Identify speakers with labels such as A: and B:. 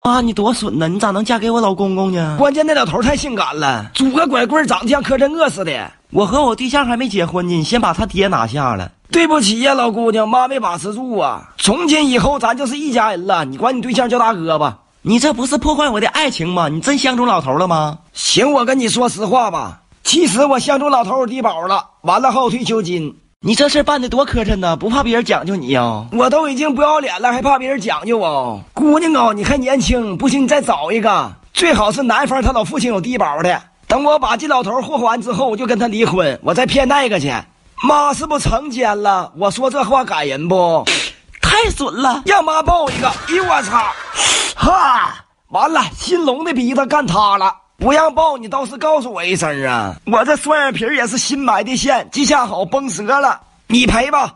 A: 啊，你多损呐！你咋能嫁给我老公公呢？
B: 关键那老头太性感了，拄个拐棍儿长得像柯震恶似的。
A: 我和我对象还没结婚呢，你先把他爹拿下了。
B: 对不起呀、老姑娘，妈没把持住啊。从今以后咱就是一家人了，你管你对象叫大哥吧。
A: 你这不是破坏我的爱情吗？你真相中老头了吗？
B: 行，我跟你说实话吧，其实我相中老头儿低保了，完了还有退休金，
A: 你这事儿办的多磕碜呐！不怕别人讲究你呀、
B: 我都已经不要脸了，还怕别人讲究啊？姑娘啊、你还年轻，不行你再找一个，最好是男方他老父亲有低保的。等我把这老头儿霍霍完之后，我就跟他离婚，我再骗那个去。妈是不是成奸了？我说这话感人不？
A: 太损了！
B: 让妈抱一个。哎呦我操！哈，完了，新龙的鼻子干塌了。不让抱你倒是告诉我一声啊！我这双眼皮儿也是新埋的线，记下好，崩折了。你赔吧。